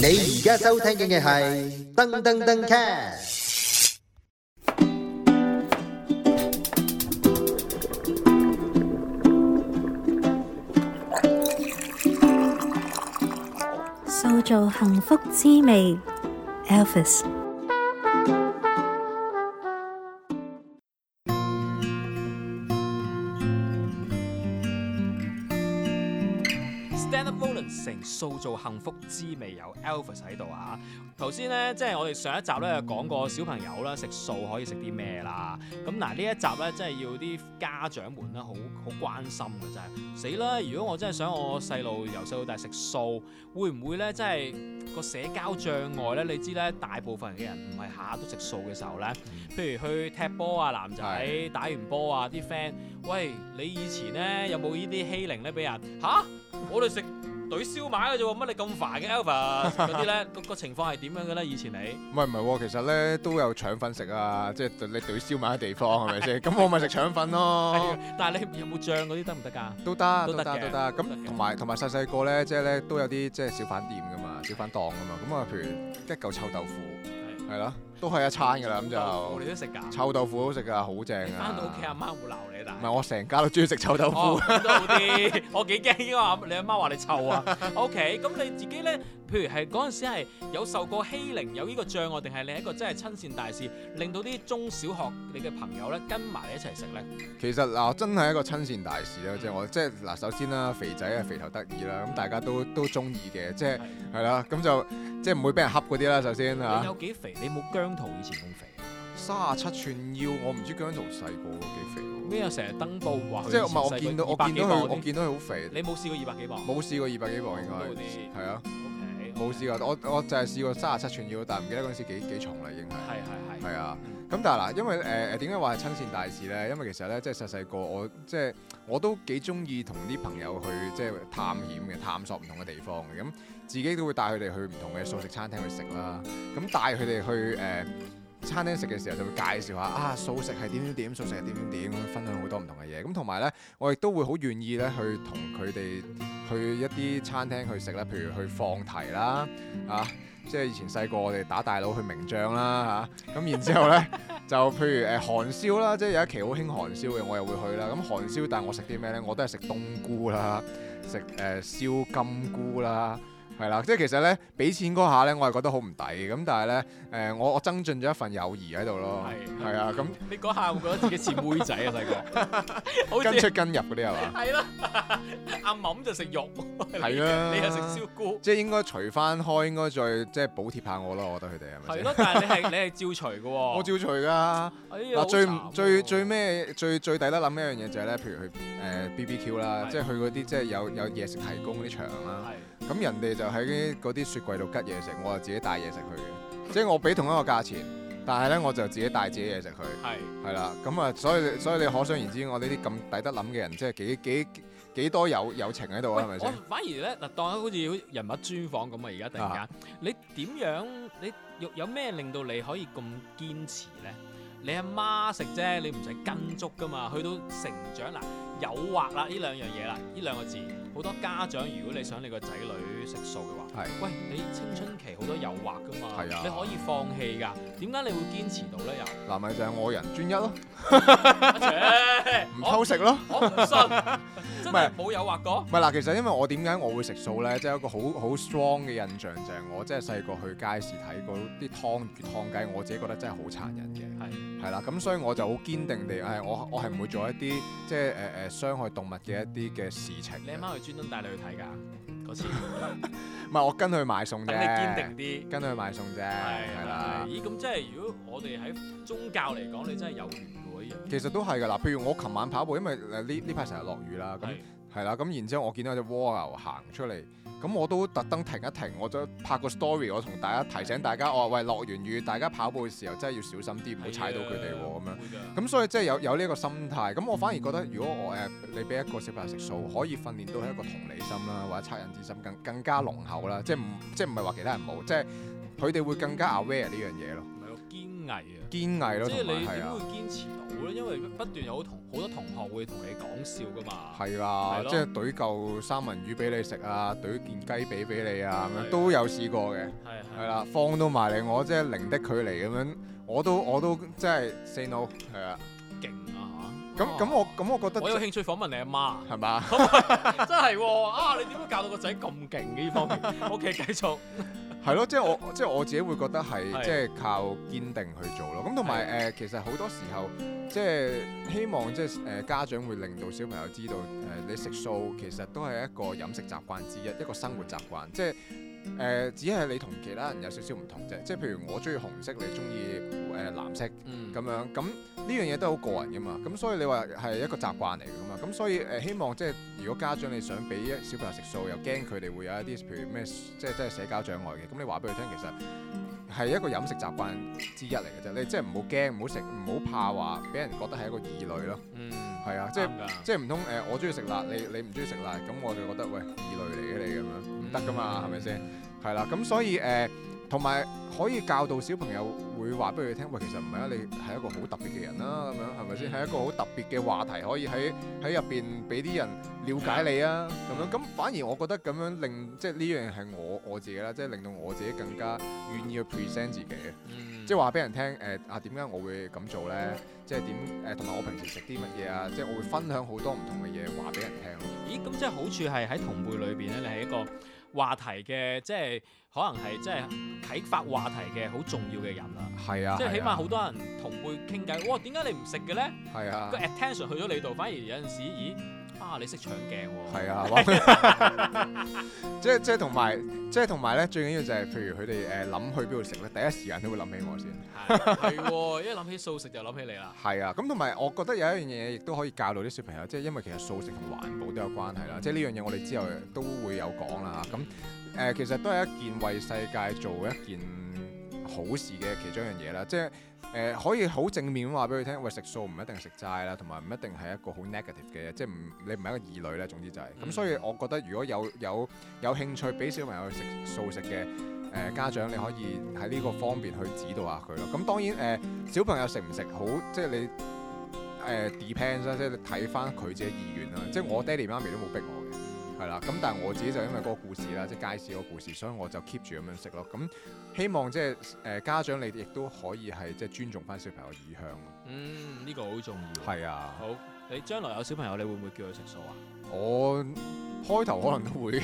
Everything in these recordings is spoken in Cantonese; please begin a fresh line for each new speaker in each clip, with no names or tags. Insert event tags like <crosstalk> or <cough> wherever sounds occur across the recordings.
你而家收聽嘅係噔噔噔 cast。
塑造幸福滋味，Elvis。
Stand Up Rollins 成塑造幸福滋味有 Elvis 喺度啊！頭先咧，即係我哋上一集咧講過小朋友啦，食素可以食啲咩啦。咁嗱呢一集咧，真係要啲家長們啦，好好關心嘅真係。死啦！如果我真係想我細路由細到大食素，會唔會咧真係個社交障礙咧？你知咧，大部分嘅人唔係下下都食素嘅時候咧，譬如去踢波啊，男仔打完波啊，啲 friend，喂，你以前咧有冇呢啲欺凌咧俾人吓？我哋食隊燒賣嘅啫喎，乜你咁煩嘅 Alpha 嗰啲咧？個個情況係點樣嘅咧？以前你
唔係唔係喎，其實咧都有腸粉食啊，即係你懟燒賣嘅地方係咪先？咁我咪食腸粉
<laughs>
咯，
但係你有冇醬嗰啲得唔得㗎？
都得
哎都
都
得
得
嘅
都得。
都得嘅
咁同埋同埋細細個咧，即係咧都有啲即係小販店噶嘛，小販檔噶嘛。咁啊，譬如一嚿臭豆腐
係
係咯，都係一餐㗎啦。咁
哦我哋
就
都食㗎。
臭豆腐好食㗎，好正啊！
翻到屋企阿媽會鬧你，但
唔
係
係我成家都中意食臭豆
哦
腐。 <laughs>
咁都好啲。 <laughs> 我幾驚因為阿你阿媽話你臭
<laughs>
啊。OK，咁你自己咧，譬如係嗰陣時係有受過欺凌，有呢個障礙，定係你係一個真係親善大使，令到啲中小學你嘅朋友咧跟埋你一齊食咧？
其實嗱，真係一個親善大使啦，啊即係我即係嗱，首先啦，肥仔啊肥頭得意啦，咁大家都都中意嘅，即係
係
係啦，咁就即係唔會俾人恰嗰啲啦，首先嚇。
你有幾肥？你冇姜濤以前咁肥。
三十七寸腰，我唔知姜濤細個幾肥喎。
咩啊？成日登報話佢
即係唔係我
以前細個
見到我
200
見到佢，
幾磅嗰啲
我見到佢好肥，
你冇試過二百幾磅？
冇試過二百幾磅應
冇
該，
啲
係啊，
，OK，
冇試過。我我就係試過三十七寸腰，但係唔記得嗰陣時幾幾重啦已經係。
係係係，
係啊，咁但係嗱，因為誒誒點解話係親善大使咧？因為其實咧，即係細細個我即係我都幾中意同啲朋友去即係探險嘅，探索唔同嘅地方嘅。咁自己都會帶佢哋去唔同嘅素食餐廳去食啦。咁帶佢哋去誒。呃餐廳食嘅時候就會介紹下啊素食係點點點，素食係點點點，咁分享好多唔同嘅嘢。咁同埋咧，我亦都會好願意咧去同佢哋去一啲餐廳去食啦，譬如去放題啦，啊，即係以前細個我哋打大佬去名將啦嚇，咁、然之後咧 <laughs> 就譬如誒、呃、韓燒啦，即係有一期好興韓燒嘅，我又會去啦。咁韓燒，但係我食啲咩咧？我都係食冬菇啦，食誒、呃、燒金菇啦。係啦，即係其實咧，俾錢嗰下咧，我係覺得好唔抵嘅。咁但係咧，誒、我我增進咗一份友誼喺度咯。
係
係啊，咁
你嗰下會覺得自己似妹仔啊細
<laughs>
個，好
跟
似
出跟入嗰啲係嘛？
係啦， <laughs> 阿mums 就食肉，
係
<laughs>
啦，
你又食燒菇，
即係應該除翻開，應該再即係補貼下我咯。我覺得佢哋係咪
係
先？
咯，但係你係你係照除嘅喎，
我照除㗎。
哎呀
嗱，最唔
哦好慘喎
最最咩最最抵得諗一樣嘢就係咧，譬如去誒 BBQ 啦，
係
即係去嗰啲即係有有嘢食提供嗰啲場啦。
係
咁人哋就喺嗰啲雪櫃度吉嘢食，我就自己帶嘢食去嘅。即係我俾同一個價錢，但係咧我就自己帶自己嘢食去。
係
係啦，咁啊，所以所以你可想而知，我呢啲咁抵得諗嘅人，即係幾幾幾多有友情喺度啊，係
喂
咪
我
先？
反而咧嗱，當好似人物專訪咁啊！而家突然間，你點樣？你有有咩令到你可以咁堅持咧？你阿媽食啫，你唔使跟足噶嘛。去到成長嗱，誘惑啦，呢兩樣嘢啦，呢兩個字，好多家長如果你想你個仔女食素嘅話，
係
喂，你青春期好多誘惑噶嘛，
係啊
你可以放棄㗎。點解你會堅持到咧？又
<laughs> 嗱，咪就係我人專一咯，
阿姐
唔偷食咯。
我，我唔
<laughs>
信，真
唔
係
係
冇誘惑過。
唔係嗱，其實因為我點解我會食素咧，即係有一個好好 strong 嘅印象就係我即係細個去街市睇嗰啲湯魚湯雞，我自己覺得真係好殘忍嘅。
係
係啦，咁所以我就好堅定地，誒，我我係唔會做一啲即係誒誒傷害動物嘅一啲嘅事情嘅。
你阿媽去專登帶你去睇㗎嗰次。
唔係我跟佢買餸啫，
等你堅定啲。
跟佢買餸啫，
係
係啦。
咦，咁即係如果我哋喺宗教嚟講，你真係有緣哎嘅喎呢
其實都係㗎嗱，譬如我琴晚跑步，因為誒呢呢排成日落雨啦，
樣。
啊咁
係
係啦，咁然之後我見到有隻蝸牛行出嚟，咁我都特登停一停，我就拍個 story，我同大家提醒大家，我話喂落完雨，大家跑步嘅時候真係要小心啲，
啊
唔好踩到佢哋喎咁樣。
樣。
咁所以即係有有呢一個心態，咁我反而覺得如果我誒、呃你俾一個小朋友食素，可以訓練到佢一個同理心啦，或者惻隱之心更更加
嗯
濃厚啦，即係唔即係唔係話其他人冇，即係佢哋會更加 aware 呢樣嘢咯。
唔係喎，堅毅啊！
堅毅咯，
即係
同
你
埋係
點會
啊，
堅持到咧？因為不斷有同好多同學會同你講笑噶嘛。
係啊
係，咯
即係懟嚿三文魚俾你食啊，懟件雞髀俾你啊，
係啊
咁
嗯
樣都有試過嘅。
係
係啦，放到埋嚟，我即係零的距離咁樣，我都我都即係 say no 係啊。
勁啊嚇！
咁咁我咁我覺
我有
得
興趣訪問你阿媽， <laughs>
係嘛？
真係喎啊！你點解教到個仔咁勁嘅呢方
<laughs>
面？OK，繼續。
係咯，即係我即係我自己會覺得係
係
即係靠堅定去做咯。咁同埋誒，其實好多時候即係希望即係誒家長會令到小朋友知道誒、你食素其實都係一個飲食習慣之一，一個生活習慣，即係。誒、只係你同其他人有少少唔同啫，即係譬如我中意紅色，你中意誒藍色，
嗯
咁樣，咁呢樣嘢都好個人噶嘛，咁所以你話係一個習慣嚟噶嘛，咁所以誒、呃希望即係如果家長你想俾一小朋友食素，又驚佢哋會有一啲譬如咩即係即係社交障礙嘅，咁你話俾佢聽其實係一個飲食習慣之一嚟嘅啫，你即係唔好驚，唔好食，唔好怕話俾人覺得係一個異類咯，
嗯，
係啊，即
啱
係。
㗎。
即係唔通誒，呃我中意食辣，你你唔中意食辣，咁我就覺得喂異類嚟嘅你咁樣，唔得噶嘛，係咪先？係啦，咁所以誒，同、埋可以教導小朋友會話俾佢聽，喂，其實唔係啊，你係一個好特別嘅人啦，咁樣係咪先？
嗯
係一個好特別嘅話題，可以喺喺入邊俾啲人了解你啊，咁樣咁反而我覺得咁樣令即係呢樣係我我自己啦，即係令到我自己更加願意去 present 自己啊。
嗯
即係話俾人聽誒、呃啊點解我會咁做咧？即係點誒同埋我平時食啲乜嘢啊？即係我會分享好多唔同嘅嘢話俾人聽咯。
咦，咁即係好處係喺同輩裏邊咧，你係一個話題嘅，即係可能係即係啟發話題嘅好重要嘅人啦。
係啊，
即係起
係
碼
啊
好多人同輩傾偈，哇！點解你唔食嘅咧？
係啊
個 attention 去咗你度，反而有陣時，咦啊！你識搶鏡喎。
係啊，哇即係即係同埋即係同埋咧，最緊要就係譬如佢哋誒呃諗去邊度食咧，第一時間都會諗起我先。
係係喎，一諗起素食就諗起你啦。
係啊，咁同埋我覺得有一樣嘢亦都可以教到啲小朋友，即係因為其實素食同環保都有關係啦。即係呢樣嘢我哋之後都會有講啦。咁誒、呃其實都係一件為世界做一件好事嘅其中一樣嘢啦。即係誒、呃可以好正面咁話俾佢聽，喂食素唔一定係食齋啦，同埋唔一定係一個好 negative 嘅嘢，即係唔你唔係一個異類啦。總之就係、咁，
嗯
所以我覺得如果有有有興趣俾小朋友去食素食嘅。誒、家長你可以喺呢個方面去指導下佢咯。咁當然誒、呃小朋友食唔食好，即係你誒、呃 depends 啦，即係你睇翻佢自己意願啦。即係我爹哋媽咪都冇逼我嘅，係啦。咁但係我自己就因為嗰個故事啦，即係街市嗰個故事，所以我就 keep 住咁樣食咯。咁希望即係誒、呃家長你亦都可以係即係尊重翻小朋友嘅意向咯。
嗯，呢個好重要。
係啊，
好，你將來有小朋友，你會唔會叫佢食素啊？
我開頭可能都 <laughs> 會。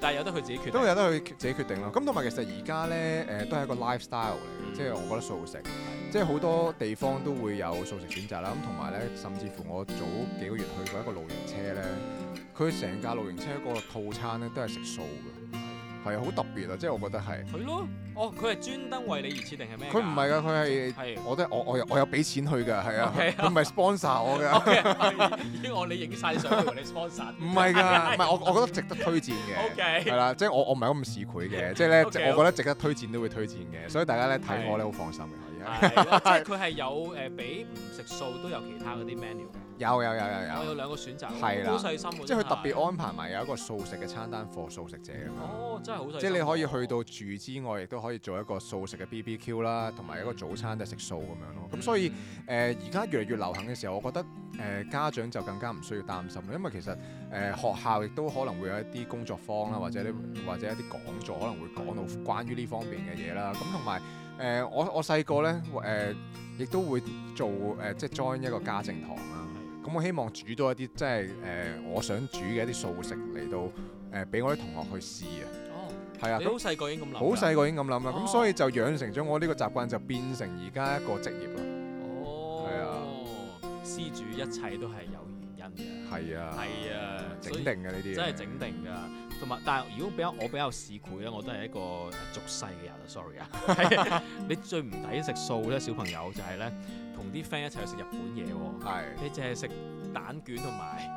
但係由得佢自己決定。
都有得佢自己決定咯。咁同埋其實而家咧，誒、都係一個 lifestyle 嚟嘅，
嗯
即係我覺得素食，即係好多地方都會有素食選擇啦。咁同埋咧，甚至乎我早幾個月去過一個露營車咧，佢成架露營車個套餐咧都係食素嘅，係啊，好特別啊！即係我覺得係，
係咯，哦，佢係專登為你而設定係咩㗎？
佢唔係㗎，佢係
係。
我都我我有我有俾錢去㗎，係啊，
OK
佢唔係 sponsor 我
<laughs>
<laughs> 㗎。
嘅，已經我你影晒相，以為你 sponsor。
唔係㗎，唔係我，我覺得值得推薦
O
嘅，
係
係啦，即係我我唔係咁市儈嘅，即係咧，
OK，
我覺得值得推薦都會推薦嘅，所以大家咧睇我咧好放心嘅。啊而家 <laughs>
咯即係佢係有誒俾唔食素都有其他嗰啲 menu 嘅，
有有
我
有有
有
有，
兩個選擇，
啊係啦
好細心喎
即係佢特
真
別安排埋有一個素食嘅餐單 for 素食者咁樣。
哦，真係好細心喎。
即係你可以去到住之外，亦都可以做一個素食嘅 BBQ 啦，同埋一個早餐都係食素咁樣咯。咁所以誒而家越嚟越流行嘅時候，我覺得誒、呃家長就更加唔需要擔心啦，因為其實誒、呃、學校亦都可能會有一啲工作坊啦，或者啲或者一啲講座可能會講到關於呢方面嘅嘢啦。咁同埋誒我我細個咧誒亦都會做誒、呃即係 join 一個家政堂啦。咁我希望煮多一啲即係誒、呃我想煮嘅一啲素食嚟到誒俾、我啲同學去試啊，
哦，
係啊，
你
咁
好細個已經咁諗㗎。
好細個已經咁諗啦，咁、
哦
所以就養成咗我呢個習慣，就變成而家一個職業咯。
哦，係啊，施主一切都係有原因嘅。
係啊，
係啊，
整
所以
定嘅呢啲嘢，
真係整定㗎，同埋但係如果比較我比較市儈咧，我都係一個誒俗世嘅人啊，sorry 啊， <laughs> 係你最唔抵食素咧，小朋友就係咧同啲 friend 一齊去食日本嘢喎，
係
你淨係食蛋卷同埋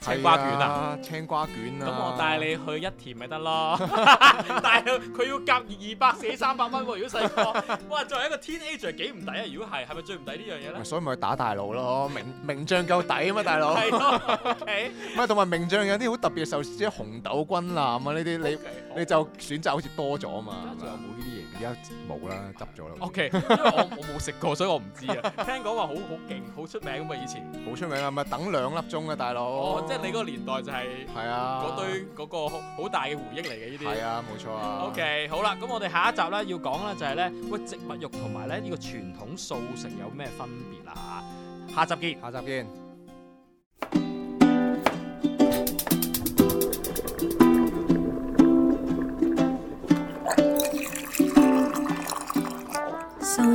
青瓜卷
係
啊，
啊，青瓜卷啊。
咁我帶你去一田咪得咯， <laughs> 但係佢要夾二百四三百蚊喎，如果細個，哇作為一個 teenager 幾唔抵啊，如果係係咪最唔抵呢樣嘢咧
咪，？所以咪去打大佬咯，名名將夠抵啊嘛，大佬。
係咯，OK，
唔係同埋名將有啲好
<laughs>
特別
哦
嘅壽司，即係紅豆軍艦啊呢啲，你你就選擇好似多咗啊嘛。
仲有冇呢啲嘢㗎？
而家冇啦，執咗啦。
O
<laughs>
K，因為我我冇食過，所以我唔知啊。聽講話好好勁，好出名咁啊！以前，
好出名啊，咪等兩粒鐘啊，大佬。
哦，即係你嗰個年代就係
係啊，
嗰堆嗰個好好大嘅回憶嚟嘅呢啲。
係啊，冇錯啊。
O、k 好啦，咁我哋下一集咧要講咧就係咧，喂植物肉同埋咧呢個傳統素食有咩分別啦嚇？下集見。
下集見。
塑